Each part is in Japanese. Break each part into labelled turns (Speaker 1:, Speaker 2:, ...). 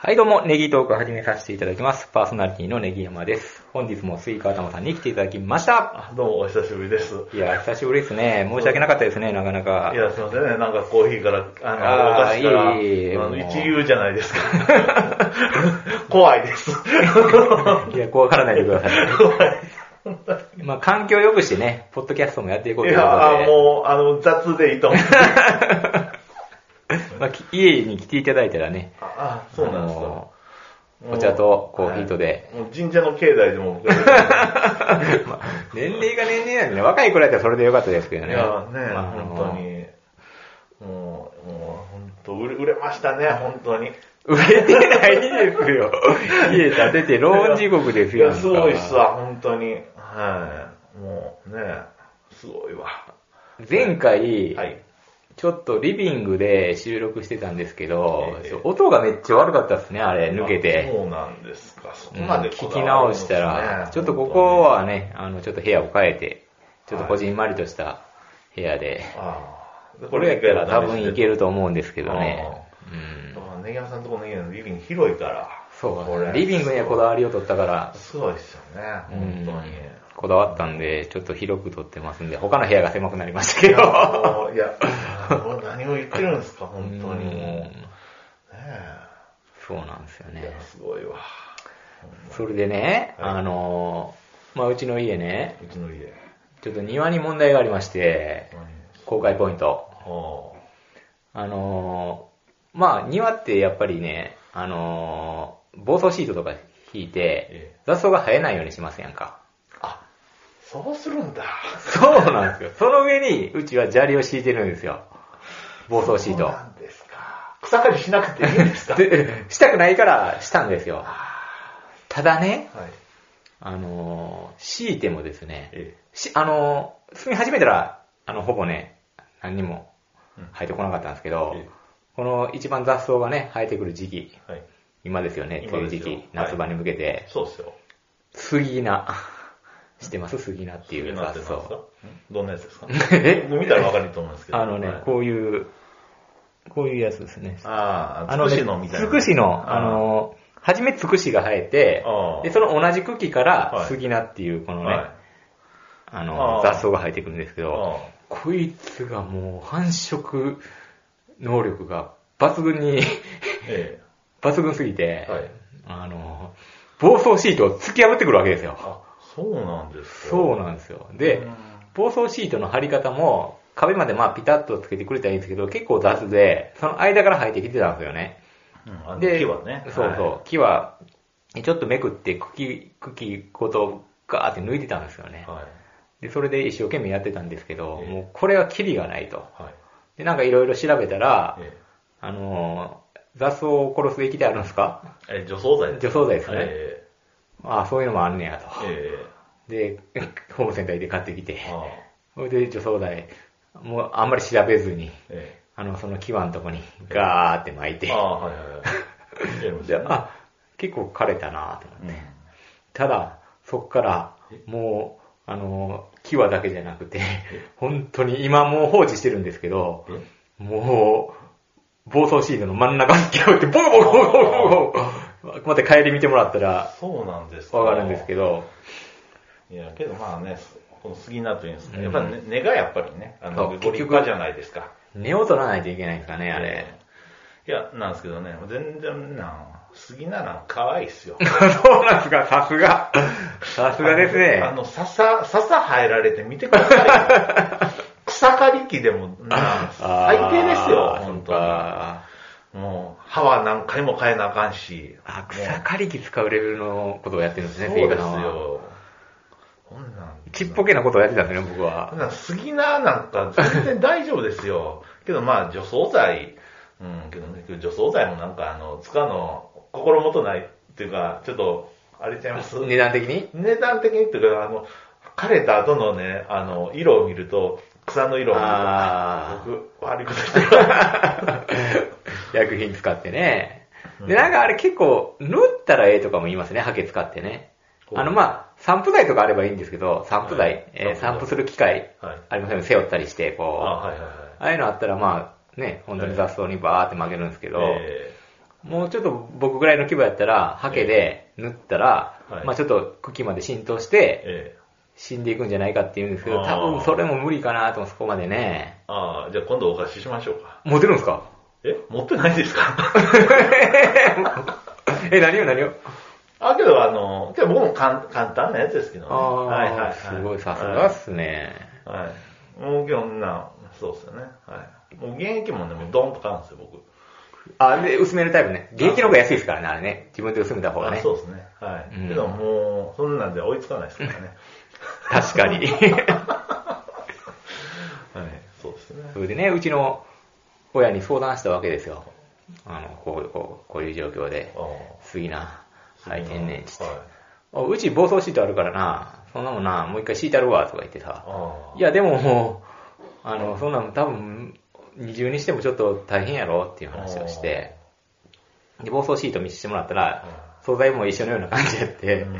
Speaker 1: はい、どうも、ネギトークを始めさせていただきます。パーソナリティのネギ山です。本日もスイカ頭さんに来ていただきました。
Speaker 2: あどうも、お久しぶりです。
Speaker 1: いや、久しぶりですね。申し訳なかったですね、なかなか
Speaker 2: い。や、すいませんね。なんかコーヒーから、あの、お
Speaker 1: あー
Speaker 2: 菓子から、あ
Speaker 1: いえいえいえも
Speaker 2: の
Speaker 1: う
Speaker 2: 一流じゃないで すか。怖いです。
Speaker 1: いや、怖がらないでください。
Speaker 2: 怖い。
Speaker 1: まあ、環境を良くしてね、ポッドキャストもやっていこう
Speaker 2: い
Speaker 1: というこ
Speaker 2: や、
Speaker 1: と
Speaker 2: もう、あの、雑でいいと思う。
Speaker 1: で、 まあ、き家に来ていただいたらね、
Speaker 2: あ、あそうなんです
Speaker 1: あ
Speaker 2: か。
Speaker 1: のお茶とコーヒーとで
Speaker 2: はいもう神社の境内 でも僕、い
Speaker 1: まあ年齢が年齢なんでね、若い子らやったらそれでよかったですけど
Speaker 2: や
Speaker 1: ね。
Speaker 2: ね、
Speaker 1: まああの
Speaker 2: 本当に。もう、もう、本当売れ売れましたね、本当に。
Speaker 1: 売れてないです よ。家建てて、ローン地獄ですよ。
Speaker 2: いや、すごいっすわ、本当に。はい。もう、ね、すごいわ。
Speaker 1: 前回、
Speaker 2: はい。
Speaker 1: ちょっとリビングで収録してたんですけど、
Speaker 2: ええ
Speaker 1: そう音がめっちゃ悪かったですね、あれ、抜け
Speaker 2: あ
Speaker 1: て。
Speaker 2: そうなんですか。そこ
Speaker 1: うん
Speaker 2: までこ
Speaker 1: 聞き
Speaker 2: だわるん
Speaker 1: 直
Speaker 2: です
Speaker 1: し
Speaker 2: ね
Speaker 1: たら、ちょっとここ。はね、あの、ちょっと部屋を変えて、ちょっとこじんまりとした部屋で、
Speaker 2: ああ。
Speaker 1: これやったら多分いけ
Speaker 2: る。
Speaker 1: ると思うんですけどね。うん
Speaker 2: だから、ネギ山さんのとこの家のリビング広いから。
Speaker 1: そうだ
Speaker 2: こ
Speaker 1: ね、
Speaker 2: れ
Speaker 1: リビングにはこだわりを取ったから、
Speaker 2: すごいですよね、
Speaker 1: うん
Speaker 2: 本当に。
Speaker 1: こだわったんで、ちょっと広く撮ってますんで、他の部屋が狭くなりました
Speaker 2: い
Speaker 1: け
Speaker 2: や、
Speaker 1: ど。
Speaker 2: もういや、もう何を言ってるんですか、本当にもう。ね
Speaker 1: うん
Speaker 2: え
Speaker 1: そうなんですよ
Speaker 2: い
Speaker 1: ね
Speaker 2: や、。すごいわ。
Speaker 1: それでね、
Speaker 2: はい
Speaker 1: あのー、まあ、うちの家ね、
Speaker 2: うちの家。
Speaker 1: ちょっと庭に問題がありまして、
Speaker 2: 何
Speaker 1: 公開ポイント。
Speaker 2: は
Speaker 1: あのー、まあ、庭ってやっぱりね、あのー、防草シートとか引い
Speaker 2: え
Speaker 1: て
Speaker 2: え、
Speaker 1: 雑草が生えないようにしますやんか。
Speaker 2: ああ、そうするんだ。
Speaker 1: そうなんですよ。その上に、うちは砂利を敷いてるんですよ。防草シー
Speaker 2: そう
Speaker 1: ト。
Speaker 2: なんですか。草刈りしなくていいんですか
Speaker 1: でしたくないからしたんですよ。ただね、
Speaker 2: はい。
Speaker 1: あのー、強いてもですね、
Speaker 2: え
Speaker 1: し、あのー、住み始めたら、あの、ほぼね、何にも
Speaker 2: え。
Speaker 1: 生えてこなかったんですけど
Speaker 2: ええ、
Speaker 1: この一番雑草がね、生えてくる時期、
Speaker 2: はい。
Speaker 1: 今ですよね、と
Speaker 2: 今
Speaker 1: い
Speaker 2: で
Speaker 1: う
Speaker 2: す
Speaker 1: 時
Speaker 2: よ
Speaker 1: 期、夏場に向けて、
Speaker 2: そうですよ。
Speaker 1: 杉菜、知ってます杉菜っていう
Speaker 2: なって
Speaker 1: 雑
Speaker 2: なんですか
Speaker 1: 草。
Speaker 2: どんなやつですか
Speaker 1: え
Speaker 2: 僕見たらわかると思うんですけど。
Speaker 1: あのね
Speaker 2: はい、
Speaker 1: こういう、こういうやつですね。
Speaker 2: あ
Speaker 1: あ
Speaker 2: あ、
Speaker 1: の
Speaker 2: つく
Speaker 1: ね
Speaker 2: しのみたいな。
Speaker 1: つくしの、あのー、初めつくしが生えて
Speaker 2: あ、ー
Speaker 1: で、その同じ茎から
Speaker 2: はい
Speaker 1: 杉菜っていう、このね、
Speaker 2: はい
Speaker 1: あの
Speaker 2: あー
Speaker 1: 雑草が生えてくるんですけど、
Speaker 2: あ
Speaker 1: こいつがもう繁殖能力が抜群に、
Speaker 2: ーええ
Speaker 1: 抜群すぎて、
Speaker 2: はい
Speaker 1: あの、暴走シートを突き破ってくるわけですよ。
Speaker 2: あ、そうなんですか。
Speaker 1: そうなんですよ。で
Speaker 2: うん、
Speaker 1: 暴走シートの貼り方も、壁までまあピタッとつけてくれたらいいんですけど、結構雑で、その間から生えてきてたんですよね。
Speaker 2: うんあの
Speaker 1: で、
Speaker 2: 木はね。
Speaker 1: そうそう、木は、ちょっとめくって茎、茎ごとガーって抜いてたんですよね。
Speaker 2: はい。はい。
Speaker 1: で、それで一生懸命やってたんですけど、
Speaker 2: ええ
Speaker 1: もうこれはキリがないと。
Speaker 2: はい。
Speaker 1: で、なんかいろいろ調べたら、
Speaker 2: え
Speaker 1: あのー、雑草を殺す液ってあるんですか
Speaker 2: ええ、除草剤
Speaker 1: 除草剤ですね
Speaker 2: え
Speaker 1: ああ、そういうのもあんねや
Speaker 2: え
Speaker 1: と。
Speaker 2: え
Speaker 1: で、 ホームセンターで買ってきて
Speaker 2: え、ああ
Speaker 1: それで除草剤、もうあんまり調べずに、
Speaker 2: え
Speaker 1: あの、その際のとこにガーって巻いて
Speaker 2: え。あ、あ、はいはいはい。やりまし
Speaker 1: で
Speaker 2: たね
Speaker 1: あ、結構枯れたなと思って。
Speaker 2: うん
Speaker 1: ただ、そっから、もう、あのー、際だけじゃなくて、 本当に今もう放置してるんですけど、
Speaker 2: え
Speaker 1: もう、暴走シートの真ん中に来って、ボコボコボコボコボコまた帰り見てもらったら
Speaker 2: そうなんです
Speaker 1: わかるんですけど、
Speaker 2: いや、けどまあね、この杉菜というんですか、
Speaker 1: うん
Speaker 2: やっぱりね根がやっぱりね、
Speaker 1: そ
Speaker 2: あ
Speaker 1: う
Speaker 2: の、ご立
Speaker 1: 結局
Speaker 2: 派じゃないですか。
Speaker 1: 根を取らないといけないんですかね、あれ。
Speaker 2: いや、なんですけどね、全然なん、杉菜なんか可愛いっすよ。
Speaker 1: そうなんですか、さすが。さすがです
Speaker 2: あ
Speaker 1: ね。
Speaker 2: の、笹、笹生えられて見てくださ いよ。草刈り機でも、な最低ですよ、
Speaker 1: あー
Speaker 2: 本
Speaker 1: そっ
Speaker 2: 当
Speaker 1: か
Speaker 2: に。もう、歯は何回も変えなあかんし。
Speaker 1: あ、
Speaker 2: もう
Speaker 1: 草刈り機使うレベルのことをやってるんですね、
Speaker 2: そう
Speaker 1: フィー
Speaker 2: で
Speaker 1: ガ
Speaker 2: す
Speaker 1: さんは。
Speaker 2: よ。こんなん
Speaker 1: ちっぽけなことをやってたんですね、僕は。
Speaker 2: な杉菜なんか全然大丈夫ですよ。 けどまあ除草剤、うん、けどね、除草剤もなんかあの、使うの心もとないっていうか、ちょっと、あれちゃいます
Speaker 1: 値段的に
Speaker 2: 値段的にっていうか、あの、枯れた後のね、あの、色を見ると、草の色を見る
Speaker 1: あ
Speaker 2: と、僕、悪いことしてる。
Speaker 1: 薬品使ってね。で、なんかあれ結構、塗ったらええとかも言いますね、ハケ使ってね。 あの、まあ、散布剤とかあればいいんですけど、散布
Speaker 2: は
Speaker 1: 剤
Speaker 2: い、
Speaker 1: えー散布する機械
Speaker 2: はい、
Speaker 1: ありますよね、背負ったりして、
Speaker 2: あ、
Speaker 1: こう。
Speaker 2: はいはいはい。
Speaker 1: ああいうのあったら、まあ、ね、本当に雑草にバーって負けるんですけど、
Speaker 2: え
Speaker 1: もうちょっと僕ぐらいの規模やったら、ハケで塗ったら、
Speaker 2: はい
Speaker 1: まあちょっと茎まで浸透して、
Speaker 2: ええ。
Speaker 1: 死んでいくんじゃないかっていうんですけど、
Speaker 2: あー
Speaker 1: 多分それも無理かなと、そこまでね。
Speaker 2: ああ、じゃあ今度お貸ししましょうか。
Speaker 1: 持てるんですか
Speaker 2: え持ってないですか
Speaker 1: え、何を何を
Speaker 2: あ、けどあの、けど僕も簡簡単なやつですけどね。
Speaker 1: ああ、
Speaker 2: はいはい、はい。
Speaker 1: すごい、さすがっすね。
Speaker 2: はい。もうけどな、そうですよね。はい。もう現役もね、もうドンと買うんですよ、僕。
Speaker 1: あ、で、薄めるタイプね。現役の方が安いですからね、あれね。自分で薄めた方が
Speaker 2: あ
Speaker 1: ね。
Speaker 2: そうですね。はい。
Speaker 1: うん
Speaker 2: けどもう、そんなんで追いつかないですから ね。
Speaker 1: 確かに。
Speaker 2: はい。そうです ね。
Speaker 1: それでね、うちの親に相談したわけですよ。あの、こう、こうこういう状況で
Speaker 2: あ、あ。
Speaker 1: 杉な、入ってんねん、つって。
Speaker 2: はい。
Speaker 1: あうち暴走シートあるからな、そんなもんな、もう一回敷いてあるわ、とか言って
Speaker 2: あ
Speaker 1: さ。
Speaker 2: あ。
Speaker 1: いや、でももう、あの、そんなの多分、二重にしてもちょっと大変やろっていう話をして、で、暴走シート見せてもらったら、素材も一緒のような感じやって、
Speaker 2: うん
Speaker 1: う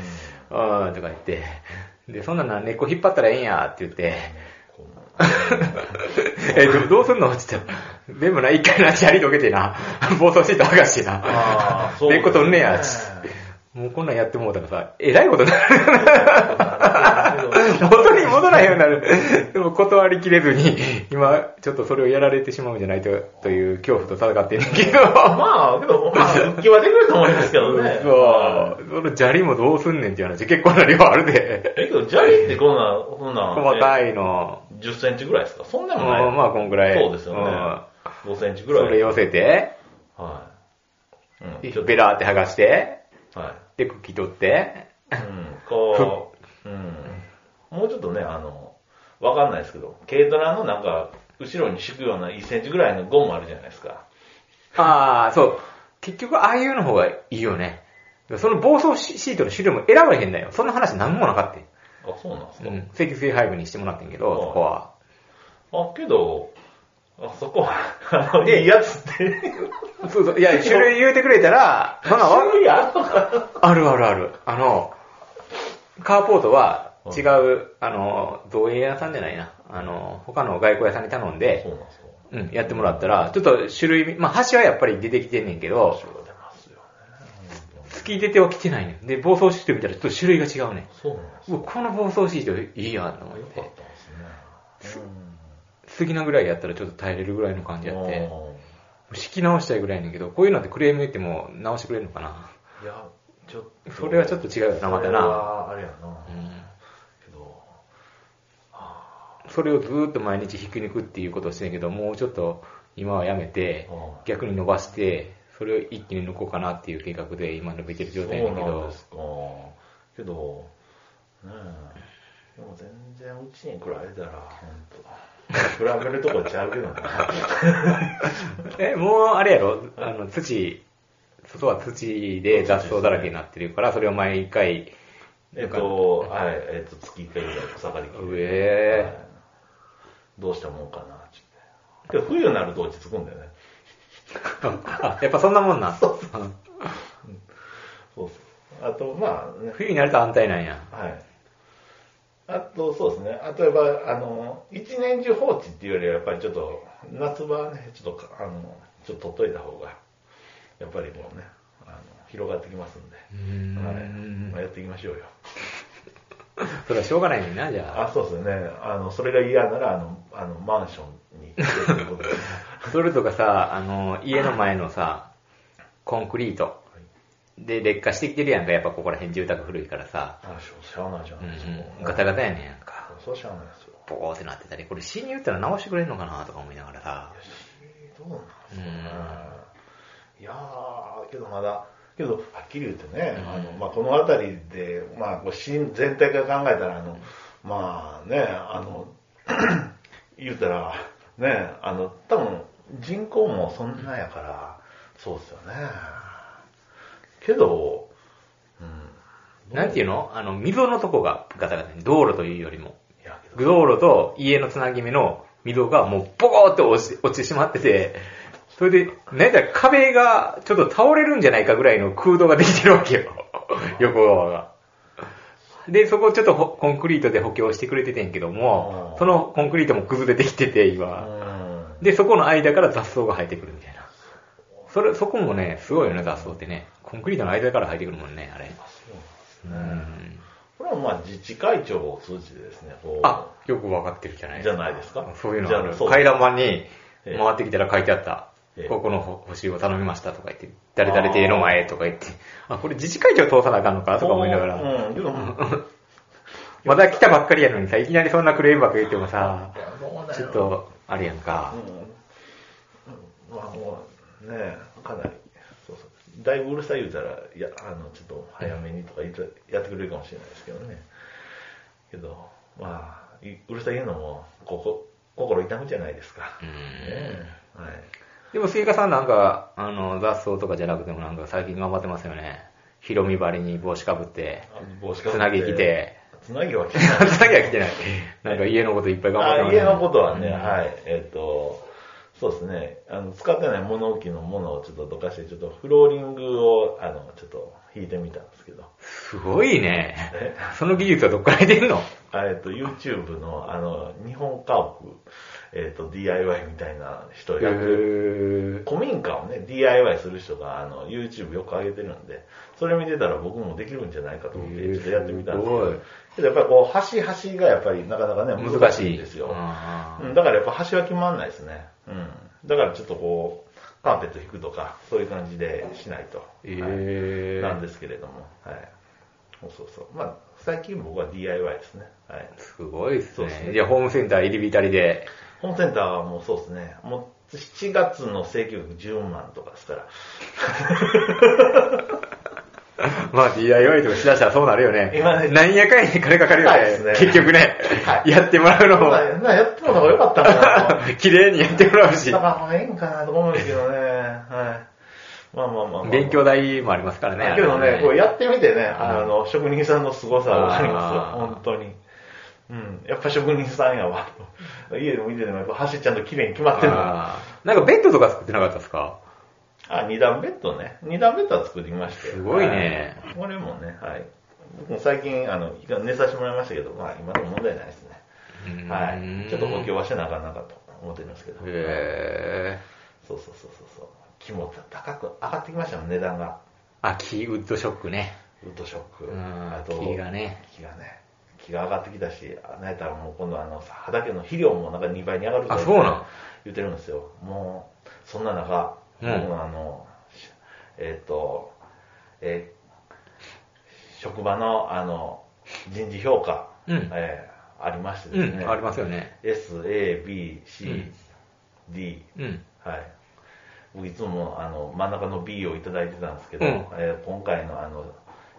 Speaker 1: ーん、とか言って、で、そんなの根っこ引っ張ったらええんや、って言って、
Speaker 2: こんな
Speaker 1: え、どどうすんのって言ったら、でもな、一回な、チャリどけてな、暴走シート剥がしてな
Speaker 2: あ ー、そう
Speaker 1: 根っこ取んねや、
Speaker 2: で
Speaker 1: つ
Speaker 2: す
Speaker 1: っ
Speaker 2: ね
Speaker 1: て。もうこんなんやってもうたらさ、えらいことになる。
Speaker 2: な るほど
Speaker 1: 元に戻らないようになる。でも断りきれずに、今、ちょっとそれをやられてしまうんじゃないと、という恐怖と戦ってんだけど。
Speaker 2: まあ、けど、まあ、復帰はできると思いますけどね。
Speaker 1: そう。その砂利もどうすんねんっていう話、結構な量あるで。
Speaker 2: え、けど、砂利ってこんな、こんな、
Speaker 1: 細かいの。
Speaker 2: え10センチぐらいですかそんな
Speaker 1: うん
Speaker 2: もない。
Speaker 1: まあ、こんぐらい。
Speaker 2: そうですよね。5センチ
Speaker 1: う
Speaker 2: ぐ
Speaker 1: ん
Speaker 2: らい。
Speaker 1: それ寄せて、
Speaker 2: はい。うん、ちょっ
Speaker 1: ベラーって剥がして、
Speaker 2: と、は
Speaker 1: で、茎取って、
Speaker 2: い。うん、こう、うん。もうちょっとね、あの、わかんないですけど、軽トラのなんか、後ろに敷くような1センチぐらいのゴムあるじゃないですか。
Speaker 1: ああ、そう。結局、ああいうの方がいいよね。その暴走シートの種類も選ばれへんだよ。そんな話なんもなかったよ
Speaker 2: あ、そうなんですか。
Speaker 1: うん。積水配分にしてもらってんけど、
Speaker 2: うん
Speaker 1: そこは。
Speaker 2: あ、けど、あそこは、あの、
Speaker 1: で
Speaker 2: いいやつって。
Speaker 1: そうそう。いや、種類言うてくれたら、 そんなんわ
Speaker 2: 種類あるのか
Speaker 1: あるあるある。あの、カーポートは違う、あの、造営屋さんじゃないな。あの、他の外交屋さんに頼ん
Speaker 2: そう
Speaker 1: で、
Speaker 2: なんですよ。
Speaker 1: うん、やってもらったら、ちょっと種類、まあ、端はやっぱり出てきてんねんけど
Speaker 2: 場、所が出ますよね。うん
Speaker 1: 突き出てはきてないねん。で、暴走シート見たらちょっと種類が違うねん。
Speaker 2: そうなんです
Speaker 1: う
Speaker 2: よ。
Speaker 1: わこの暴走シートいいやんと思っ。
Speaker 2: よかってたですね。
Speaker 1: 杉なぐらいやったらちょっと耐えれるぐらいの感じやって、
Speaker 2: うん
Speaker 1: 敷き直したいぐらいやねんけど、こういうのってクレーム言っても直してくれるのかな。
Speaker 2: いや、ちょっと。
Speaker 1: それはちょっと違うよなまたな
Speaker 2: それはあれやな。
Speaker 1: うん
Speaker 2: けど、
Speaker 1: それをずーっと毎日引き抜くっていうことをしてんけど、もうちょっと今はやめて、
Speaker 2: あ
Speaker 1: 逆に伸ばして、それを一気に抜こうかなっていう計画で今伸びてる状態だけ
Speaker 2: そうなん
Speaker 1: ど
Speaker 2: で、すか。けど、ねえ、でも全然うちに比べたら、ほんと。比べるとこちゃうけどな。
Speaker 1: え、もうあれやろあの、土、外は土で雑草だらけになってるから、それを毎回、
Speaker 2: えっと、はい、えっと、月1回ぐらい草刈り機で
Speaker 1: うえー
Speaker 2: はいどうしたもんかな、って言って。けど冬になると落ち着くんだよね。
Speaker 1: あやっぱそんなもんな。うん
Speaker 2: そうそう。あと、まあね、
Speaker 1: 冬になると安泰なんや。
Speaker 2: はい。あと、そうですね。あと、やっぱ、あの、一年中放置っていうよりは、やっぱりちょっと、夏場はね、ちょっとか、あの、ちょっと取っといた方が、やっぱりこうね、あの広がってきますんで、
Speaker 1: うん
Speaker 2: はい。まあやっていきましょうよ。
Speaker 1: それはしょうがないねんな、じゃ
Speaker 2: あ、そうですよね。あの、それが嫌なら、あの、あのマンションに行くということ で。
Speaker 1: あ。それとかさ、あの、家の前のさ、コンクリート。で、劣化してきてるやんか、やっぱここら辺住宅古いからさ。
Speaker 2: あ、しょしゃあないじゃ
Speaker 1: う
Speaker 2: なんいですか。
Speaker 1: うん、ガタガタやねんやんか。
Speaker 2: そうしゃあないですよ。
Speaker 1: ボーってなってたり、これ死に言ったら直してくれんのかなとか思いながらさ。
Speaker 2: どうなんですかね。いやー、けどまだ、けど、はっきり言ってね、あのまあ、この辺りで、まあ、こう死ん全体から考えたら、あの、まあね、あの、 言うたら、ね、あの、多分、人口もそんなやから、そうですよね。けど、うん。
Speaker 1: なんていう
Speaker 2: の
Speaker 1: のあの、溝のとこがガタガタに、道路というよりも。
Speaker 2: いや、けど、
Speaker 1: 道路と家のつなぎ目の溝がもうボコーって落ち落ちてしまってて、それで、なんだ壁がちょっと倒れるんじゃないかぐらいの空洞ができてるわけよ。 横側が。で、そこちょっとほコンクリートで補強してくれててんけども
Speaker 2: う、ん
Speaker 1: そのコンクリートも崩れてきてて、
Speaker 2: う
Speaker 1: 今。
Speaker 2: ん。
Speaker 1: で、そこの間から雑草が生えてくるみたいな。それ、そこもね、すごいよね、雑草ってね。コンクリートの間から入ってくるもんね、あれ。
Speaker 2: そ
Speaker 1: う
Speaker 2: うなんですね。
Speaker 1: ん。
Speaker 2: これはまあ自治会長を通じてですね、こう、
Speaker 1: あ、よくわかってるじゃない
Speaker 2: じゃないですか。
Speaker 1: そういうの
Speaker 2: じ
Speaker 1: が
Speaker 2: ゃ
Speaker 1: ある。
Speaker 2: そう
Speaker 1: 回覧板に
Speaker 2: ええ
Speaker 1: 回ってきたら書いてあった
Speaker 2: ええ。
Speaker 1: ここの星を頼みましたとか言って、誰々邸の前とか言って、あ、これ自治会長通さなあかんのかとか思いながら、
Speaker 2: うん、でも、
Speaker 1: まだ来たばっかりやのにさ、いきなりそんなクレームばっか言ってもさ
Speaker 2: い、やもうね
Speaker 1: ちょっ、と、あれやんか
Speaker 2: うん。うん、まあもう、ね、かなり、そうそう。だいぶうるさい言うたら、いや、あの、ちょっと早めにとか言ってやってくれるかもしれないですけどね。けど、まあ、いうるさい言うのも、ここ、心痛むじゃないですか。
Speaker 1: うん
Speaker 2: ねえはい。
Speaker 1: でも、スイカさんなんか、あの、雑草とかじゃなくてもなんか最近頑張ってますよね。ヒロミバリに帽子かぶって、
Speaker 2: あの帽子かぶって
Speaker 1: つなぎ着て、
Speaker 2: つなぎは着て
Speaker 1: つ
Speaker 2: ない。
Speaker 1: なぎは着てない。なんか家のこといっぱい頑張って
Speaker 2: あ
Speaker 1: ますね
Speaker 2: 家のことはね、
Speaker 1: うん
Speaker 2: はい、えっ、と、そうですね、あの使ってない物置のものをちょっとどかして、ちょっとフローリングを、あの、ちょっと引いてみたんで すけど、
Speaker 1: すごいね
Speaker 2: え。
Speaker 1: その技術はどっから出んの
Speaker 2: あえっ、と、YouTube の、あの、日本家屋、えっ、と、DIY みたいな人
Speaker 1: へ
Speaker 2: やってる。
Speaker 1: ー
Speaker 2: 古民家をね、DIY する人が、あの、YouTube よく上げてるんで、それ見てたら僕もできるんじゃないかと思って、ちょっとやってみたんですけ
Speaker 1: へーす
Speaker 2: ど、けどやっぱりこう、端端がやっぱりなかなかね、
Speaker 1: 難
Speaker 2: 難し
Speaker 1: し
Speaker 2: い
Speaker 1: い
Speaker 2: んですよ。
Speaker 1: あ
Speaker 2: うん、だからやっぱ端は決まんないですね。うん。だからちょっとこう、カーペット引くとか、そういう感じでしないと。
Speaker 1: ー
Speaker 2: はい
Speaker 1: え
Speaker 2: なん
Speaker 1: ー、
Speaker 2: ですけれども。はい。そうそうそう。まあ、最近僕は DIY ですね。はい。
Speaker 1: すごいです
Speaker 2: そうです
Speaker 1: ね。
Speaker 2: ね
Speaker 1: じゃあホームセンター入り浸りで、
Speaker 2: ホームセンターはもうそうですね。もう7月の請求額10万とかですから。
Speaker 1: まあ DIY とかしだしたらそうなるよね。
Speaker 2: 今ね
Speaker 1: なんやかんやに金かかるよ
Speaker 2: はいで
Speaker 1: ね
Speaker 2: す。ね
Speaker 1: 結局ね、
Speaker 2: は
Speaker 1: やってもらうのも
Speaker 2: まあ、なやってたの方が良かったんだな。
Speaker 1: 綺麗にやってもらうし
Speaker 2: だ、からもうええんかなと思うんですけどね。はい。まあまあまあまあ、
Speaker 1: 勉強代もありますからね。
Speaker 2: だけど
Speaker 1: あれ
Speaker 2: ね、
Speaker 1: は
Speaker 2: こうやってみてね、あの、職人さんの凄さわかりま
Speaker 1: あ
Speaker 2: す
Speaker 1: ー
Speaker 2: よ、本当に。うん、やっぱ職人さんやわ。家でも見てても、やっぱ箸ちゃんと綺麗に決まってるの。あ
Speaker 1: あーなんかベッドとか作ってなかったですか
Speaker 2: 二段ベッドね。二段ベッドは作りましたよ。
Speaker 1: すごいね
Speaker 2: はい。これもね、はい。僕も最近、あの、寝させてもらいましたけど、まあ今でも問題ないですね。はい。ちょっと補強はしてなあかんなかと思ってるんですけど。
Speaker 1: へー
Speaker 2: そうそうそうそうそう。気も高く上がってきましたもん、値段が。
Speaker 1: あ、キーウッドショックね。
Speaker 2: ウッドショック。
Speaker 1: うん
Speaker 2: あと、
Speaker 1: 木がね。
Speaker 2: 木がね。木が上がってきたし、なんやったらもう今度あの、畑の肥料もなんか2倍に上がるとか
Speaker 1: あそうなん
Speaker 2: 言ってるんですよ。もう、そんな中、
Speaker 1: うん
Speaker 2: 僕もあの、しえっ、と、えー職場のあの、人事評価、
Speaker 1: うん
Speaker 2: えーありまして
Speaker 1: う
Speaker 2: ですね。
Speaker 1: ん、ありますよね。
Speaker 2: S, A, B, C,
Speaker 1: うん
Speaker 2: D、
Speaker 1: うん。
Speaker 2: はい。僕いつもあの真ん中の B をいただいてたんですけど、
Speaker 1: うん
Speaker 2: えー今回のあの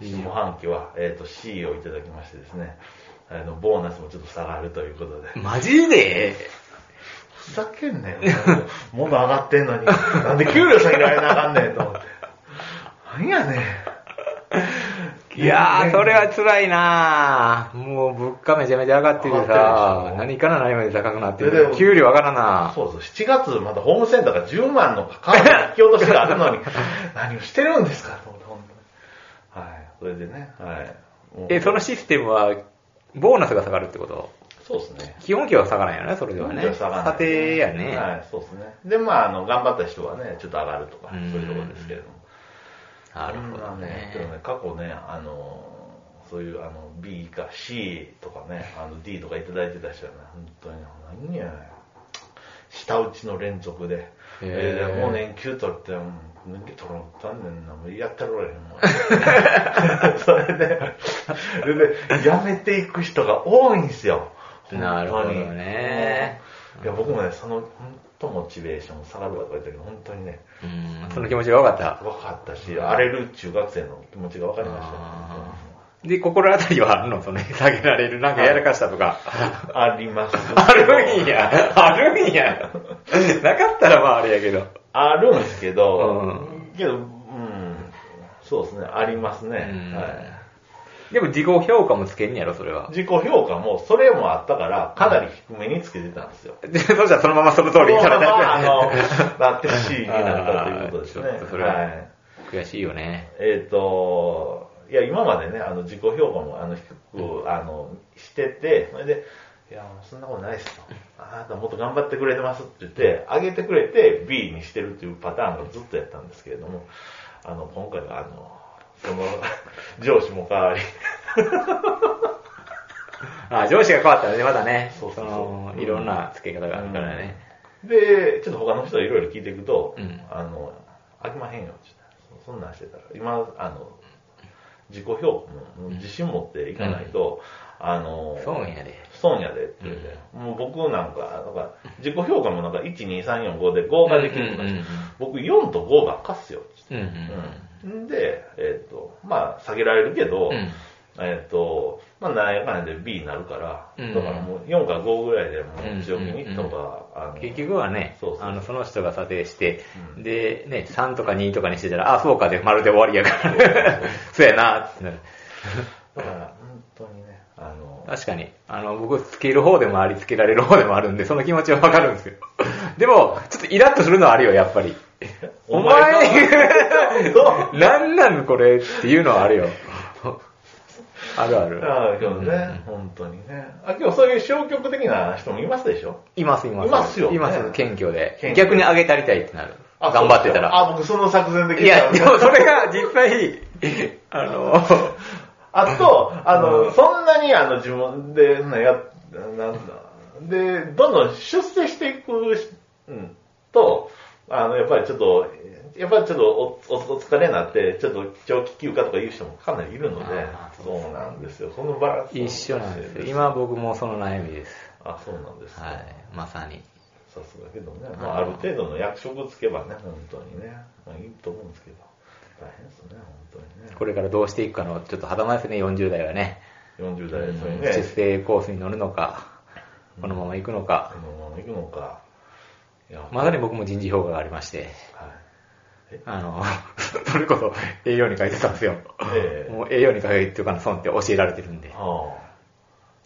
Speaker 1: いいよ
Speaker 2: 下半期は、えー、と C をいただきましてですね、あのボーナスもちょっと下がるということで。
Speaker 1: マジで
Speaker 2: ふざけんなよ。 物上がってんのに。なんで給料下げられなあかんねんと思って。なんやねん。
Speaker 1: いやー、それは辛いなーもう物価めちゃめちゃ上がってて
Speaker 2: 上がって
Speaker 1: さ
Speaker 2: るでしょ
Speaker 1: 何から何まで高くなって
Speaker 2: でで
Speaker 1: る
Speaker 2: も。
Speaker 1: 給料上がらな
Speaker 2: そうそう、7月またホームセンターが10万の価格の引き落としがあるの に、何をしてるんですかと思って、本当に。はい。それでね、はい。もう
Speaker 1: え、そのシステムは、ボーナスが下がるってこと
Speaker 2: そうですね。
Speaker 1: 基本給は下がらんよね、それではね。
Speaker 2: 下がらな
Speaker 1: 査
Speaker 2: い
Speaker 1: 定やね。
Speaker 2: はい、そうですね。で、まあ、あの、頑張った人はね、ちょっと上がるとか、そう
Speaker 1: うん
Speaker 2: いうところですけれども。
Speaker 1: なるほど
Speaker 2: でも
Speaker 1: ね。
Speaker 2: ね、過去ね、あの、そういう、あの、B か C とかね、あの、D とかいただいてた人はね、本当に、何や、下打ちの連続で、
Speaker 1: へ
Speaker 2: え
Speaker 1: ー
Speaker 2: ーもう年休取って、うん年休取ろうったんねんな、もうやったろうやん、もう それで、それで、やめていく人が多いんですよ。本当に
Speaker 1: なるほどね。
Speaker 2: いや、僕もね、その、本当モチベーション下がるわとか言ったけど、本当にね、
Speaker 1: うん、その気持ちが分かった。
Speaker 2: 分かったし、荒れる中学生の気持ちが分かりましたよ
Speaker 1: あーで、心当たりはあるのその、下げられる。なんかやらかしたと か。
Speaker 2: 本当にあります。
Speaker 1: あるんや。あるんや。 なかったらまああれやけど。
Speaker 2: あるんですけど、
Speaker 1: う
Speaker 2: けど、うん、そうですね、ありますね。
Speaker 1: うん
Speaker 2: はい
Speaker 1: でも自己評価もつけんねやろ、それは。
Speaker 2: 自己評価も、それもあったから、かなり低めにつけてたんですよ。
Speaker 1: で、 そしたらそのまま その通り
Speaker 2: そ
Speaker 1: い
Speaker 2: の
Speaker 1: か
Speaker 2: ま
Speaker 1: れ
Speaker 2: まあ
Speaker 1: た。
Speaker 2: の、 なって C になったということですね。
Speaker 1: あーちょっとそれは
Speaker 2: はい
Speaker 1: 悔しいよね。
Speaker 2: えっ、と、いや、今までね、あの、自己評価も、あの、低く、あの、してて、それで、いや、もうそんなことないですと。あなたもっと頑張ってくれてますって言って、上げてくれて B にしてるっていうパターンがずっとやったんですけれども、あの、今回はあの、その、 上司も変わり、
Speaker 1: あ上司が変わったらね、まだね、
Speaker 2: そうそうそう
Speaker 1: のいろんな付け方があるからね。
Speaker 2: で、ちょっと他の人いろいろ聞いていくと、
Speaker 1: うん
Speaker 2: あの、飽きまへんよって言ってそそんなんしてたら、今、あの、自己評価ももう自信持っていかないと、あの、
Speaker 1: そうやで。
Speaker 2: 損やでって言って、もう僕なんか、なんか自己評価もなんか1、2、3、4、5で5ができるとかし
Speaker 1: うんうんうん
Speaker 2: て、
Speaker 1: うん
Speaker 2: 僕4と5ばっかっすよって
Speaker 1: うんうん
Speaker 2: 言って、うんで、えっ、と、まあ下げられるけ
Speaker 1: う
Speaker 2: ど、
Speaker 1: ん
Speaker 2: えっ、と、まあなんやかんやで B になるから、
Speaker 1: うん
Speaker 2: だからもう4か5ぐらいでもう強気に
Speaker 1: うんうんうん
Speaker 2: とか、あの
Speaker 1: 結局はね、
Speaker 2: そうそう
Speaker 1: あのその人が査定して、
Speaker 2: うん
Speaker 1: で、ね、3とか2とかにしてたら、あ、そうかで、まるで終わりやから、 そうやなってなる。
Speaker 2: だから本当にね、あの、
Speaker 1: 確かに、あの、僕、つける方でもあり、つけられる方でもあるんで、その気持ちはわかるんですよ。 でも、ちょっとイラッとするのはあるよ、やっぱり。 お前、
Speaker 2: が
Speaker 1: なんなんこれっていうのはあるよ。 あるある。
Speaker 2: ああ、今日ね、本当にね。あ、今日そういう消極的な人もいますでしょ
Speaker 1: います、います。
Speaker 2: いますよね
Speaker 1: います、謙虚
Speaker 2: 謙
Speaker 1: で。
Speaker 2: 虚
Speaker 1: 逆に上げたりたいってなる。
Speaker 2: あ
Speaker 1: 頑張ってたら。
Speaker 2: あ、僕その作戦で聞
Speaker 1: い
Speaker 2: いた
Speaker 1: や、
Speaker 2: の
Speaker 1: でもそれが実 際、あの、
Speaker 2: あと、あの、
Speaker 1: うん
Speaker 2: そんなにあの自分で、ね、や、なんだ、で、どんどん出世していくし、うん、と、あの、やっぱりちょっと、やっぱりちょっとおおお疲れになって、ちょっと長期休暇とかいう人もかなりいるので
Speaker 1: あ、ー
Speaker 2: そうなんですよ。このバランス。
Speaker 1: 一緒なんですよ。。今僕もその悩みです。
Speaker 2: あ、そうなんです、
Speaker 1: はい、まさに。
Speaker 2: さすがけどね、まあ、ある程度の役職つけばね、本当にね、まあ、いいと思うんですけど、大変ですね、本当にね。
Speaker 1: これからどうしていくかの、ちょっと肌前ですね、40代はね。
Speaker 2: 40代でそれね、
Speaker 1: 出世コースに乗るのか、このまま行くのか
Speaker 2: こ。のまま行くのか。いや
Speaker 1: まさに僕も人事評価がありまして、
Speaker 2: はい。え
Speaker 1: あの、 それこそ A4 に書いてたんですよ。
Speaker 2: ええ
Speaker 1: もう A4 に書いておかな損って教えられてるんで、
Speaker 2: は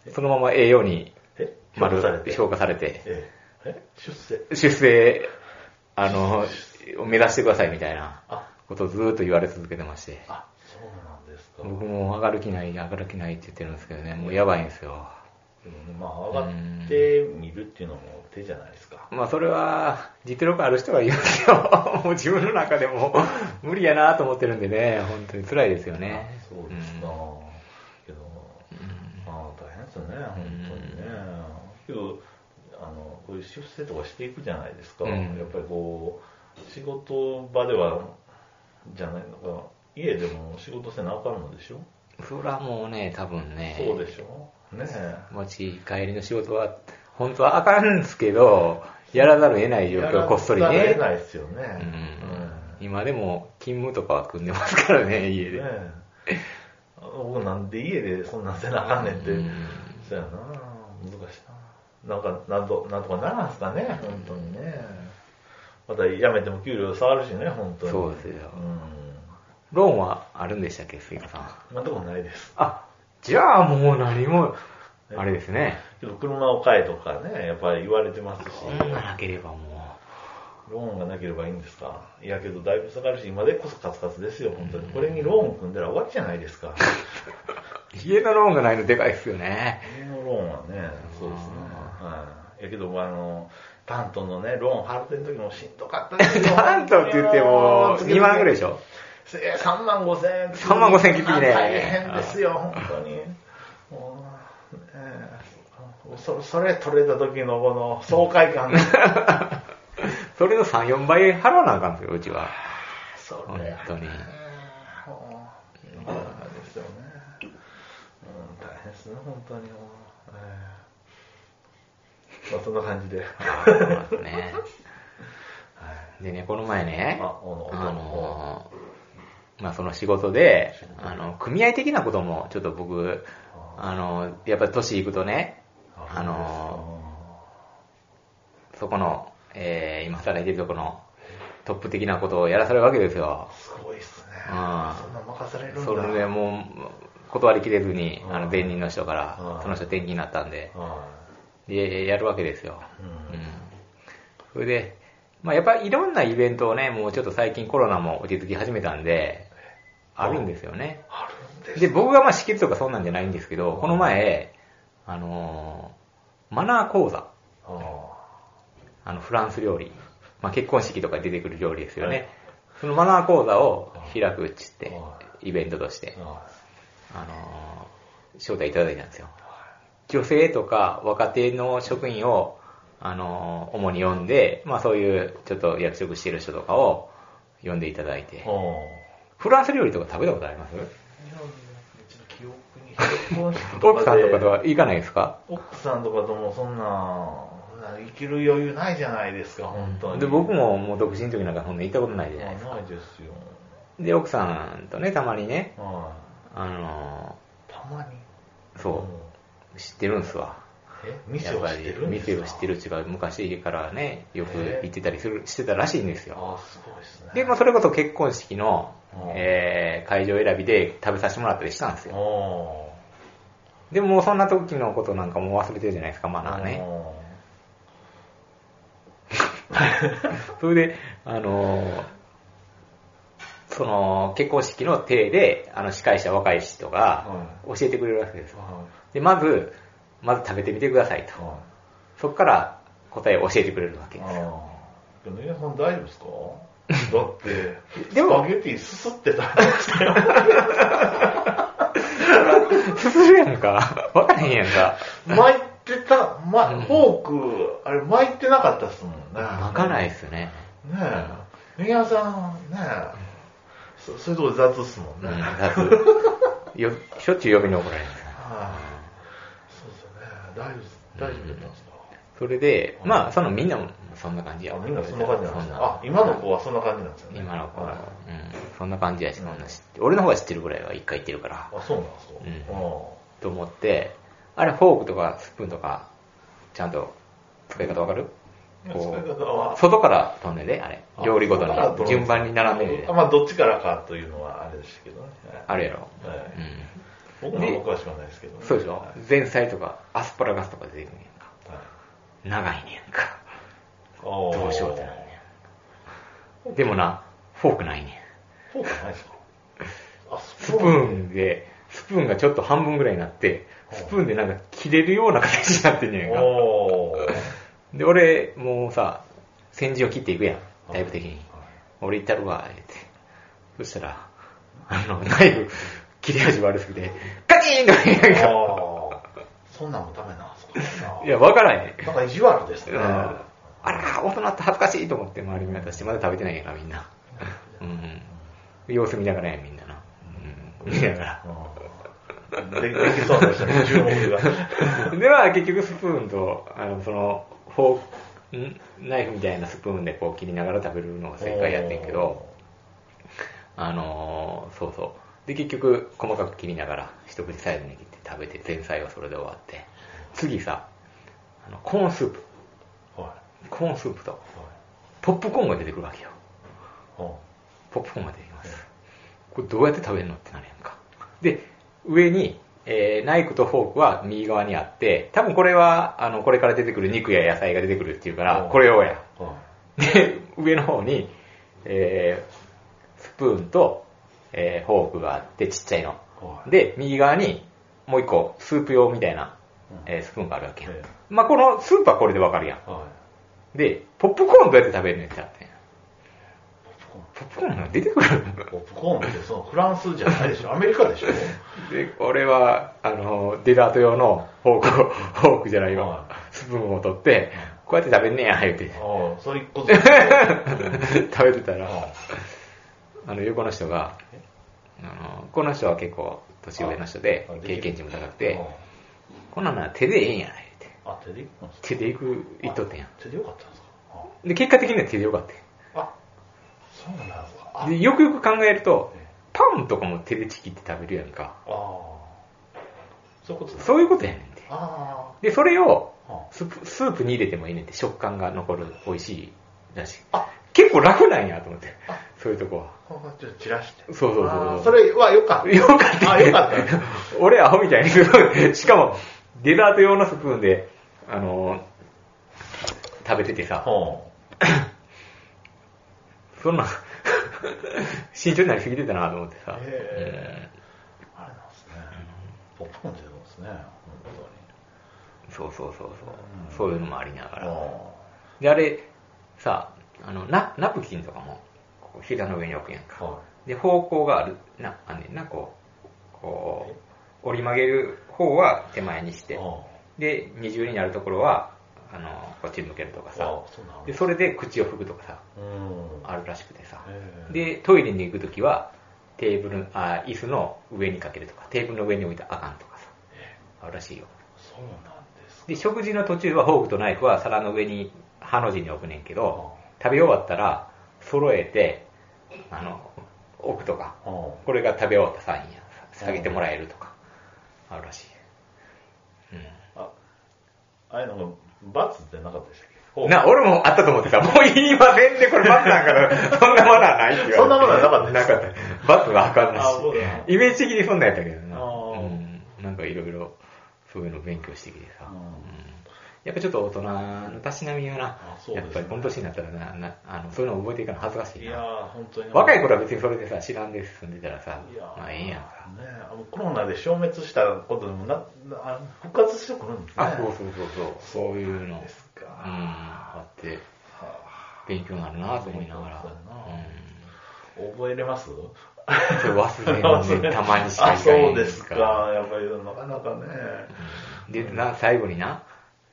Speaker 2: あ。
Speaker 1: そのまま A4 に
Speaker 2: え
Speaker 1: 丸
Speaker 2: されて。
Speaker 1: 評価されて、
Speaker 2: えええ出世。
Speaker 1: 出世、あの、を目指してくださいみたいな
Speaker 2: あ、
Speaker 1: ことをずーっと言われ続けてまして、
Speaker 2: あ、そうなんですか。
Speaker 1: 僕も上がる気ない、上がる気ないって言ってるんですけどね、もうやばいんですよ。
Speaker 2: でもねまあ、上がってみるっていうのも手じゃないですか。
Speaker 1: まあそれは実力ある人が言うんですよ。 もう自分の中でも無理やなと思ってるんでね、本当に辛いですよね。
Speaker 2: あそうですか。けど、まあ、大変ですよね、本当にね。けど、あの、こういう出世とかしていくじゃないですか。
Speaker 1: うん
Speaker 2: やっぱりこう、仕事場では、じゃないのか、家でも仕事せなあかんのでしょ
Speaker 1: うんそれはもうね、多分ね、
Speaker 2: そうでしょねえ。
Speaker 1: 持ち帰りの仕事は本当はあかんんですけど、やらざるを得ない状況をこっそり
Speaker 2: やらざるを
Speaker 1: ね
Speaker 2: 得。ないですよ
Speaker 1: うん
Speaker 2: ね。うん
Speaker 1: 今でも勤務とかは組んでますからね、家で。
Speaker 2: ねえ僕なんで家でそんなんせなあかんねんって
Speaker 1: うん。
Speaker 2: そうやな難しいな。なんか、なんと、なんとかならんすかね、本当にね。また辞めても給料下がるしね、本当に。
Speaker 1: そうですよ
Speaker 2: うん。
Speaker 1: ローンはあるんでしたっけ、スイカさん。
Speaker 2: 今んとこないです。
Speaker 1: あ、じゃあもう何も、あれですね。
Speaker 2: けど車を買えとかね、やっぱり言われてますし。
Speaker 1: そんななければも
Speaker 2: ローンがなければいいんですかいやけどだいぶ下がるし、今でこそカツカツですよ、本当に。これにローン組んだら終わりじゃないですか。
Speaker 1: う、家のローンがないのでかいですよね。
Speaker 2: 家のローンはね、そうですね。はい。やけど、あの、担当のね、ローン払ってる時もしんどかったです よ。
Speaker 1: なんとって言っても、2万ぐらいで
Speaker 2: し
Speaker 1: しょ
Speaker 2: ょ。えー、3万5千円。
Speaker 1: 3万5千円きついね
Speaker 2: 大変ですよ、本当に。もう、ねえそそれ取れた時のこの爽快感。
Speaker 1: それの3、4倍払わなあかんですよ、うちは。
Speaker 2: そ
Speaker 1: 本
Speaker 2: れ。
Speaker 1: 当に。
Speaker 2: もう世の中ですよね。うん、大変ですね、本当にもう。ええまあ、そんな感じで。
Speaker 1: そうなんです ね。でね、この前ね、
Speaker 2: あおのおの
Speaker 1: あのー、まあその仕事で、あの、組合的なことも、ちょっと僕、あの、やっぱり年いくとね、あのー、そこの、えー、今働いてるとこの、トップ的なことをやらされるわけですよ。
Speaker 2: すごいっすね。
Speaker 1: うん
Speaker 2: そんな任されるんだ。
Speaker 1: それでもう、断りきれずに、あ
Speaker 2: う
Speaker 1: の、
Speaker 2: ん
Speaker 1: 前任の人から
Speaker 2: う、ん
Speaker 1: その人転勤になったんで、
Speaker 2: は
Speaker 1: で、やるわけですよ。
Speaker 2: い。うん。
Speaker 1: それで、まあ、やっぱりいろんなイベントをね、もうちょっと最近コロナも落ち着き始めたんで、あるんですよね。
Speaker 2: あるんです
Speaker 1: で、僕がまあ、敷地とかそんなんじゃないんですけど、この前、あのマナー講座。
Speaker 2: あ
Speaker 1: あの、フランス料理。まあ、結婚式とかに出てくる料理ですよ
Speaker 2: はい
Speaker 1: ね。そのマナー講座を開くっちって
Speaker 2: は、
Speaker 1: イベントとして
Speaker 2: ー、あ
Speaker 1: あのー招待いただいたんですよ。女性とか若手の職員を、あのー主に呼んで、まあそういうちょっと役職してる人とかを呼んでいただいて
Speaker 2: ー。お
Speaker 1: フランス料理とか食べたことあります
Speaker 2: ちょっと記憶に結婚式で
Speaker 1: 奥さんとかとは行かないですか
Speaker 2: 奥さんとかともそんなそんな生きる余裕ないじゃないですか本当に
Speaker 1: で、僕ももう独身の時なんかそんな行ったことないじゃない
Speaker 2: ない
Speaker 1: で
Speaker 2: ですす
Speaker 1: か。
Speaker 2: よ、
Speaker 1: で、奥さんとね、たまにね、
Speaker 2: は
Speaker 1: あの
Speaker 2: いたまに
Speaker 1: ーそう、知ってるんですわ。
Speaker 2: え店を知って
Speaker 1: やっぱり
Speaker 2: るんですか
Speaker 1: 店を知ってるうちが昔からね、よく行ってたりする、してたらしいんですよ。
Speaker 2: ああすごいですね
Speaker 1: で、まあ、それこそ結婚式の
Speaker 2: うん、
Speaker 1: えー会場選びで食べさせてもらったりしたんですよ。
Speaker 2: お
Speaker 1: でももうそんな時のことなんかもう忘れてるじゃないですか、マナーね。 それで、あのーその、結婚式の体で、あの、司会者若い人が教えてくれるわけですよ。で、まず、まず食べてみてくださいと。そこから答えを教えてくれるわけ。
Speaker 2: 米宮さん大丈夫です かだって、
Speaker 1: でも
Speaker 2: スパゲティすすって食べましたよ。
Speaker 1: すするやんか。わからへんやんか。
Speaker 2: 巻いてた、ま、
Speaker 1: うん
Speaker 2: フォーク、あれ巻いてなかったっすもんね。
Speaker 1: まかないですね。
Speaker 2: ねえ。米宮さん、ねえ。そそういうとこ雑っすもん
Speaker 1: う
Speaker 2: ね。
Speaker 1: ん、
Speaker 2: はい
Speaker 1: だ ってよ、しょっちゅう嫁に怒られるんですよ
Speaker 2: そうですよね。大丈夫です、大丈夫だったんですか
Speaker 1: それで、まあ、そのみんなもそんな感じや
Speaker 2: あみんなそんな感じなんですね。
Speaker 1: そん
Speaker 2: あ、今の子はそんな感じなんですよね。
Speaker 1: 今の子
Speaker 2: はい
Speaker 1: は、うん、そんな感じやし、そんな知って俺の方が知ってるぐらいは一回行ってるから、
Speaker 2: あ、そうなんですか。
Speaker 1: うん
Speaker 2: あ
Speaker 1: と思って、あれフォークとかスプーンとか、ちゃんと使い方わかる
Speaker 2: あ
Speaker 1: こ、
Speaker 2: 使いう方は
Speaker 1: 外から飛んでね、あれ。
Speaker 2: あ
Speaker 1: 料理ごと
Speaker 2: そうなんだ
Speaker 1: に順番に並んでね
Speaker 2: あ。まあ、どっちからかというのはあれですけどね。
Speaker 1: あるやろ。
Speaker 2: は
Speaker 1: う
Speaker 2: い、
Speaker 1: ん。
Speaker 2: 僕も僕は知らないですけどね、
Speaker 1: そうでしょ
Speaker 2: はい
Speaker 1: 前菜とかアスパラガスとか出てくんねんか。長いねんか。
Speaker 2: はい
Speaker 1: どうしようってなんねん。でもな、フォークないねん。
Speaker 2: フォークないですかあ、
Speaker 1: ス
Speaker 2: ス
Speaker 1: プーンで、スプーンがちょっと半分ぐらいになって、スプーンでなんか切れるような形になってんねんか。
Speaker 2: おー
Speaker 1: で、俺、もうさ、先陣を切っていくやん、タイプ的に。俺行ったるわ、言って。そしたら、あの、 ナイフ、切れ味悪すぎて、カチンとか言うやんか
Speaker 2: あーそんなんもダメなんですか
Speaker 1: いや、わからへん。
Speaker 2: なんか意地悪ですね。
Speaker 1: うんあら、大人って恥ずかしいと思って周り見渡して、まだ食べてないんやな、みんな。うん。様子見ながらや、みんなな。うん。見ながら。
Speaker 2: うんでできそうなんですよね、注目が。
Speaker 1: では結局スプーンとあのそのフォークんナイフみたいなスプーンでこう切りながら食べるのが正解やってんけどあのーそうそうで結局細かく切りながら一口サイズに切って食べて前菜はそれで終わって次さあのコーンスープ
Speaker 2: おー、はい
Speaker 1: コーンスープと
Speaker 2: はい
Speaker 1: ポップコーンが出てくるわけよ
Speaker 2: お
Speaker 1: ポップコーンが出てきますこれどうやって食べるのってなるやんかで上に、えーナイフとフォークは右側にあって多分これはあのこれから出てくる肉や野菜が出てくるっていうから
Speaker 2: お
Speaker 1: これをや
Speaker 2: ーはい
Speaker 1: で上の方に、えースプーンと、えーフォークがあってちっちゃいの
Speaker 2: はい
Speaker 1: で右側にもう一個スープ用みたいな、
Speaker 2: うん
Speaker 1: えースプーンがあるわけや、
Speaker 2: ええ
Speaker 1: まあこのスープはこれでわかるやん
Speaker 2: はい
Speaker 1: でポップコーンどうやって食べるのってなって
Speaker 2: ポップ
Speaker 1: ポップコ
Speaker 2: コーン
Speaker 1: ーンが出てくる
Speaker 2: ポップコーンってそのフランスじゃないでしょアメリカでしょ
Speaker 1: で、俺は、あの、デザート用のフォークを、 フォークじゃない
Speaker 2: は
Speaker 1: わ、スプーンを取って、こうやって食べんねや、言うて、
Speaker 2: ああそれ一個ずつう ん
Speaker 1: 食べてたら、
Speaker 2: あ
Speaker 1: あの、横の人が、あの、この人は結構年上の人で
Speaker 2: あ、
Speaker 1: 経験値も高くて、こんなんなら手でええんや、言うて。
Speaker 2: あ手で行ったんですか
Speaker 1: 手で行く、行っとってんや
Speaker 2: 手でよかったんですか
Speaker 1: ん。で、結果的には手でよかった
Speaker 2: ああそうなんですかあ
Speaker 1: んやんで、よくよく考えると
Speaker 2: ええ、
Speaker 1: パンとかも手でちぎって食べるやんか。
Speaker 2: あそういうことです
Speaker 1: そういうことやねんて。
Speaker 2: あ
Speaker 1: で、それを
Speaker 2: はあ
Speaker 1: スープ、スープに入れてもいいねんって、食感が残る、美味しいらしい。
Speaker 2: あ
Speaker 1: 結構楽なんやと思って
Speaker 2: あ、
Speaker 1: そういうとこは。
Speaker 2: あちょっと散らし
Speaker 1: そ
Speaker 2: て
Speaker 1: うそうそう
Speaker 2: あそれはよかった
Speaker 1: よかった、
Speaker 2: あよかった
Speaker 1: 俺アホみたいにすごい。しかも、デザート用のスプーンで、あのー食べててさ、
Speaker 2: ほ
Speaker 1: そんな、 慎重になりすぎてたなと思って
Speaker 2: う
Speaker 1: さ。
Speaker 2: へえあれなんですねポップコーンってどうですね本当に
Speaker 1: そうそうそうそう、
Speaker 2: うん
Speaker 1: そういうのもありなが
Speaker 2: あ
Speaker 1: ら。
Speaker 2: ー
Speaker 1: で、あれ、さ、あの、ナナプキンとかも、こう膝の上に置くやんか。
Speaker 2: は
Speaker 1: で、方向がある、な、あんねんな、こう、こう、折り曲げる方は手前にし
Speaker 2: い
Speaker 1: て
Speaker 2: あ、ー
Speaker 1: で、二重になるところは、あの、こっち向けるとかさ、
Speaker 2: あーそうなの
Speaker 1: で、それで口を拭くとかさ、
Speaker 2: うん
Speaker 1: あるらしくてさ。
Speaker 2: えー
Speaker 1: で、トイレに行くときは、テーブル、あ、椅子の上にかけるとか、テーブルの上に置いたらあかんとかさ、
Speaker 2: え
Speaker 1: あるらしいよ。
Speaker 2: そうなんです
Speaker 1: で、食事の途中はフォークとナイフは皿の上に、ハの字に置くねんけど、食べ終わったら、揃えて、あの、置くとか、
Speaker 2: あー
Speaker 1: これが食べ終わったサインや、下げてもらえるとか、あるらしい。う
Speaker 2: ああれなんか罰ってなかったでしたっけほ
Speaker 1: ん。
Speaker 2: う
Speaker 1: な、俺もあったと思ってた。もう言いませんで、これ罰なんから、そんなマナーないって言われて
Speaker 2: そんなマナーなかった
Speaker 1: なかった。罰はあかんなし
Speaker 2: あそうだな。
Speaker 1: イメージ的にそんなんやったけどな。
Speaker 2: あ
Speaker 1: う
Speaker 2: ー
Speaker 1: ん。なんかいろいろ、そういうの勉強してきてさ。
Speaker 2: うん
Speaker 1: やっぱちょっと大人のたしなみはな
Speaker 2: あ、そうで
Speaker 1: や
Speaker 2: す
Speaker 1: っ
Speaker 2: ね
Speaker 1: ぱりこの年になったらななあの、そういうのを覚えていくの恥ずかしい
Speaker 2: い
Speaker 1: な。
Speaker 2: やー本当に
Speaker 1: 若い
Speaker 2: 子
Speaker 1: 頃は別にそれでさ、知らんで進んでたらさ
Speaker 2: いや、ー
Speaker 1: まあええんやんか。
Speaker 2: ねえあのコロナで消滅したことでもななあ復活してくるんですね
Speaker 1: あ、そうそうそうそう、そういうの。
Speaker 2: ですか
Speaker 1: うん、あって、
Speaker 2: は
Speaker 1: 勉強になるなと思いながら。
Speaker 2: 勉強になるな
Speaker 1: う
Speaker 2: あ覚えれます
Speaker 1: ん。それ忘れんねんたまにしか
Speaker 2: あ
Speaker 1: 行かへん
Speaker 2: そうですか。やっぱりなかなかね、
Speaker 1: で、な、最後にな、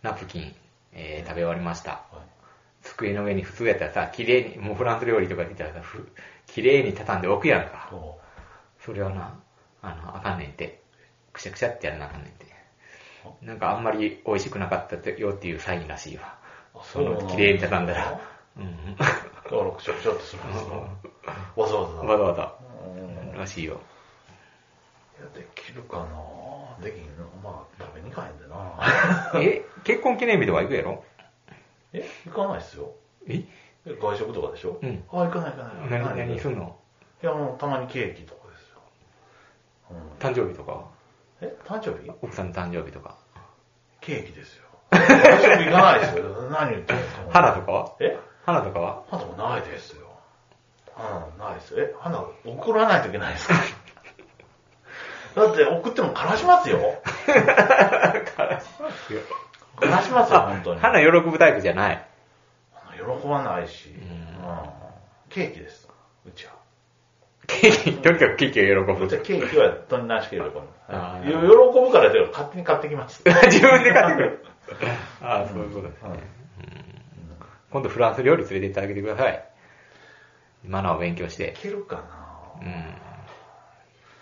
Speaker 1: ナプキン、えー食べ終わりました。机の上に普通やったらさ、綺麗に、もうフランス料理とか出たらさ、ふ綺麗に畳んで置くやんか。
Speaker 2: そ
Speaker 1: それはな、あの、あかんねんて。くしゃくしゃってやらなあかんねんて。なんかあんまり美味しくなかったよっていうサインらしいわ。
Speaker 2: う
Speaker 1: その、
Speaker 2: う
Speaker 1: 綺麗に畳んだら。
Speaker 2: だ
Speaker 1: うん。
Speaker 2: からくしゃくしゃってするんですよわざわざ
Speaker 1: わざわざ。
Speaker 2: うんい
Speaker 1: らしいよ。
Speaker 2: やできるかなできんのまあ食べに行かへんでな
Speaker 1: え、結婚記念日とか行くやろ
Speaker 2: え行かないっすよ
Speaker 1: え
Speaker 2: え外食とかでしょ
Speaker 1: うん
Speaker 2: あ行かない行かない
Speaker 1: 何、
Speaker 2: 行かない
Speaker 1: 何すんの
Speaker 2: いやもうたまにケーキとかですよ、うん
Speaker 1: 誕生日とか
Speaker 2: え誕生日
Speaker 1: 奥さんの誕生日とか
Speaker 2: ケーキです よ。外食行かないですよ。何言ってるんですか。
Speaker 1: 花とかは
Speaker 2: え
Speaker 1: 花とかは
Speaker 2: 花もないですよ。うん、ないですよ。え花送らないといけない ですかだって送っても悲しますよ。悲しますよ、本当に。
Speaker 1: 花喜ぶタイプじゃない。
Speaker 2: 喜ばないし、うんん、ケーキです。うちは。
Speaker 1: ケーキ、とにかくケーキを喜ぶ
Speaker 2: うち。はケーキはとんなしければ喜ぶ。
Speaker 1: あ
Speaker 2: はい
Speaker 1: ー
Speaker 2: 喜ぶからだよ、勝手に買ってきます。
Speaker 1: 自分で買ってくる。ああ、そういうことですね。
Speaker 2: はい
Speaker 1: 今度フランス料理連れて行ってあげてください。マナーを勉強して
Speaker 2: い。けるかな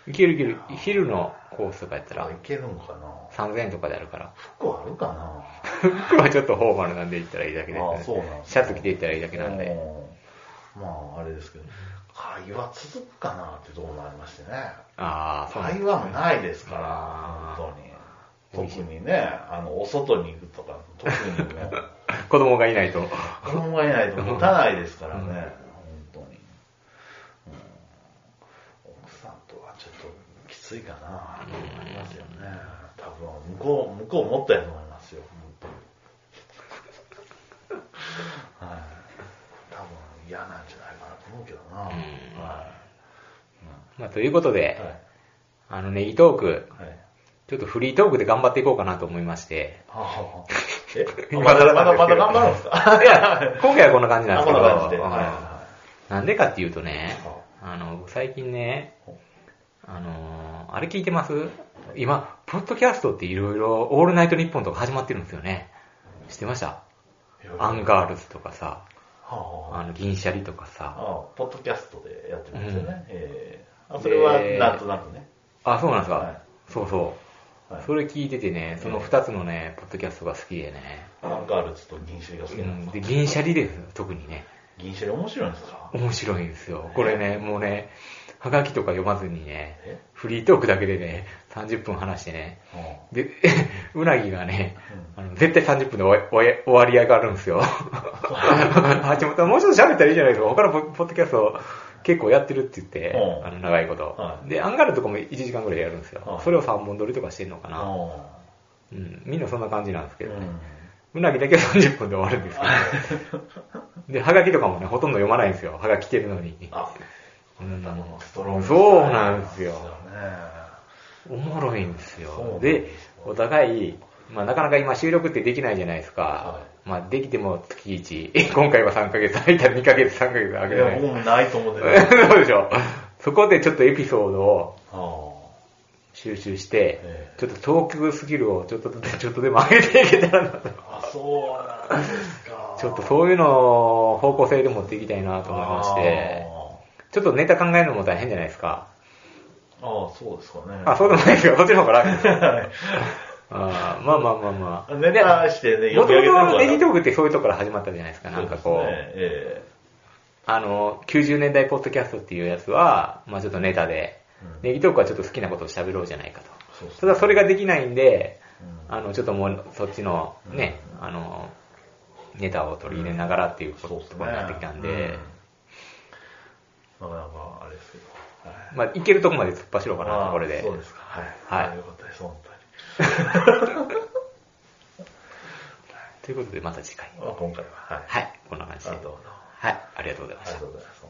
Speaker 1: うん。いけるいける。昼のコースとかやったら
Speaker 2: い、けるのかな
Speaker 1: 3000円とかであるから。
Speaker 2: 服あるかな
Speaker 1: 服はちょっとフォーマルなんで行ったらいいだけです、
Speaker 2: ああそうなんですね
Speaker 1: シャツ着て行ったらいいだけなんで。
Speaker 2: うんまあ、あれですけど、会話続くかなってどうなりましてね。
Speaker 1: ああ、そうなん
Speaker 2: 会話もないですから
Speaker 1: あ、ー
Speaker 2: 本当に。特にね、あの、お外に行くとか、特にね、
Speaker 1: 子供がいないと。
Speaker 2: 子供がいないと持たないですからね、本当に。うん奥さんとはちょっときついかなと思いますよね。多分、向こう、向こう持ったやと思いますよ、本当に。はい。多分嫌なんじゃないかなと思うけどな。
Speaker 1: ん
Speaker 2: は
Speaker 1: まあ、ということ
Speaker 2: い。
Speaker 1: で、
Speaker 2: はい。
Speaker 1: あのね、イトーク、
Speaker 2: はい。
Speaker 1: ちょっとフリートークで頑張っていこうかなと思いま して。
Speaker 2: はあはあ え
Speaker 1: 今
Speaker 2: まだ、
Speaker 1: 更
Speaker 2: ま
Speaker 1: なんで
Speaker 2: だ、
Speaker 1: す
Speaker 2: ま
Speaker 1: け
Speaker 2: だ
Speaker 1: ど
Speaker 2: 頑張るんですか
Speaker 1: いや、今回はこんな感じなんで す
Speaker 2: あこ
Speaker 1: けど。
Speaker 2: んな感じで。
Speaker 1: うん
Speaker 2: はいは
Speaker 1: なんでかっていうとね
Speaker 2: は、
Speaker 1: あの、僕最近ね、あのーあれ聞いてます今、ポッドキャストっていろいろ、オールナイトニッポンとか始まってるんですよね。知ってました
Speaker 2: いはい
Speaker 1: アンガールズとかさ、
Speaker 2: はあはあ
Speaker 1: あの、銀シャリとかさ。
Speaker 2: あポッドキャストでやってるんですよね。
Speaker 1: うん
Speaker 2: えーあそれは
Speaker 1: で
Speaker 2: なんとなくね。
Speaker 1: あ、そうなんですか、
Speaker 2: はい
Speaker 1: そうそ
Speaker 2: は
Speaker 1: う
Speaker 2: い。
Speaker 1: それ聞いててね、その二つのね、ポッドキャストが好きでね。
Speaker 2: アンガールズと銀シャリが好き
Speaker 1: う
Speaker 2: なん
Speaker 1: ん
Speaker 2: ですか、
Speaker 1: で、銀シャリです、特にね。
Speaker 2: 銀シャリ面白いんですか
Speaker 1: 面白いんですよ。これね、もうね、はがきとか読まずにね
Speaker 2: え、
Speaker 1: フリートークだけでね、30分話してね、
Speaker 2: う
Speaker 1: で、 うなぎがね、あの絶対30分で終わ終わ終わり上がるんですよ。あ、ちょっともうちょっと喋ったらいいじゃないですか。他のポポッドキャスト結構やってるって言って
Speaker 2: う、ん
Speaker 1: あの長いこと
Speaker 2: は。い
Speaker 1: で、アンガールとかも1時間ぐらいやるんですよ
Speaker 2: は。い
Speaker 1: それを3本撮りとかしてんのかな。
Speaker 2: ん
Speaker 1: うん、みんなそんな感じなんですけど
Speaker 2: うん。う
Speaker 1: ね。
Speaker 2: ん。
Speaker 1: うなぎだけは30分で終わるんです けど。で、はがきとかもね、ほとんど読まないんですよ。はがき来てるのに。
Speaker 2: あ、
Speaker 1: うん
Speaker 2: あのストロング
Speaker 1: そうなんですよ。
Speaker 2: ね
Speaker 1: おもろいんです
Speaker 2: そうな
Speaker 1: よ。
Speaker 2: ん
Speaker 1: で
Speaker 2: です、
Speaker 1: お互い、まあ、なかなか今収録ってできないじゃないですか。
Speaker 2: は
Speaker 1: まあ、できても月1。今 回は3ヶ月、空いたら2ヶ月、3ヶ月空
Speaker 2: い
Speaker 1: け
Speaker 2: や、
Speaker 1: ない。
Speaker 2: もうないと思ってた。
Speaker 1: そうでしょ。そこでちょっとエピソードを
Speaker 2: あー
Speaker 1: 収集して、
Speaker 2: ええ
Speaker 1: ちょっとトークスキルをちょっとずつ、ちょっとでも 上げていけたらなと。
Speaker 2: あ、そうなんですか。
Speaker 1: ちょっとそういうのを方向性で持っていきたいなと思いまして、ちょっとネタ考えるのも大変じゃないですか。
Speaker 2: あーあー、そうですかね。
Speaker 1: あ、そうでもないですよ。そっちの方が楽です。
Speaker 2: はい
Speaker 1: あーまあまあまあまあ。
Speaker 2: ネタしてね、
Speaker 1: もともとネジト
Speaker 2: と
Speaker 1: ークってそういうところから始まったじゃないですか。なんかこう、
Speaker 2: え
Speaker 1: あの、90年代ポッドキャストっていうやつは、まあちょっとネタで、
Speaker 2: うん
Speaker 1: ネギトークはちょっと好きなことを喋ろうじゃないかと。
Speaker 2: そうですね
Speaker 1: ただそれができないんで、
Speaker 2: うん
Speaker 1: あの、ちょっともうそっちのね、あの、ネタを取り入れながらっていうこ
Speaker 2: えそ
Speaker 1: と
Speaker 2: うですね。
Speaker 1: になってきたんで、
Speaker 2: うんなかなか、あれですけど。はい
Speaker 1: まあいけるとこまで突っ走ろうかな
Speaker 2: あ
Speaker 1: と、
Speaker 2: ー
Speaker 1: これで。
Speaker 2: そうですか。はい。
Speaker 1: はい
Speaker 2: あーよかったです、本
Speaker 1: ということでまた次回。
Speaker 2: 当に。まあ今回は、はい。
Speaker 1: はい、こんな感じ
Speaker 2: あ
Speaker 1: で。
Speaker 2: どうも。
Speaker 1: はい、ありがとうございま
Speaker 2: あり
Speaker 1: した
Speaker 2: がと。うございます。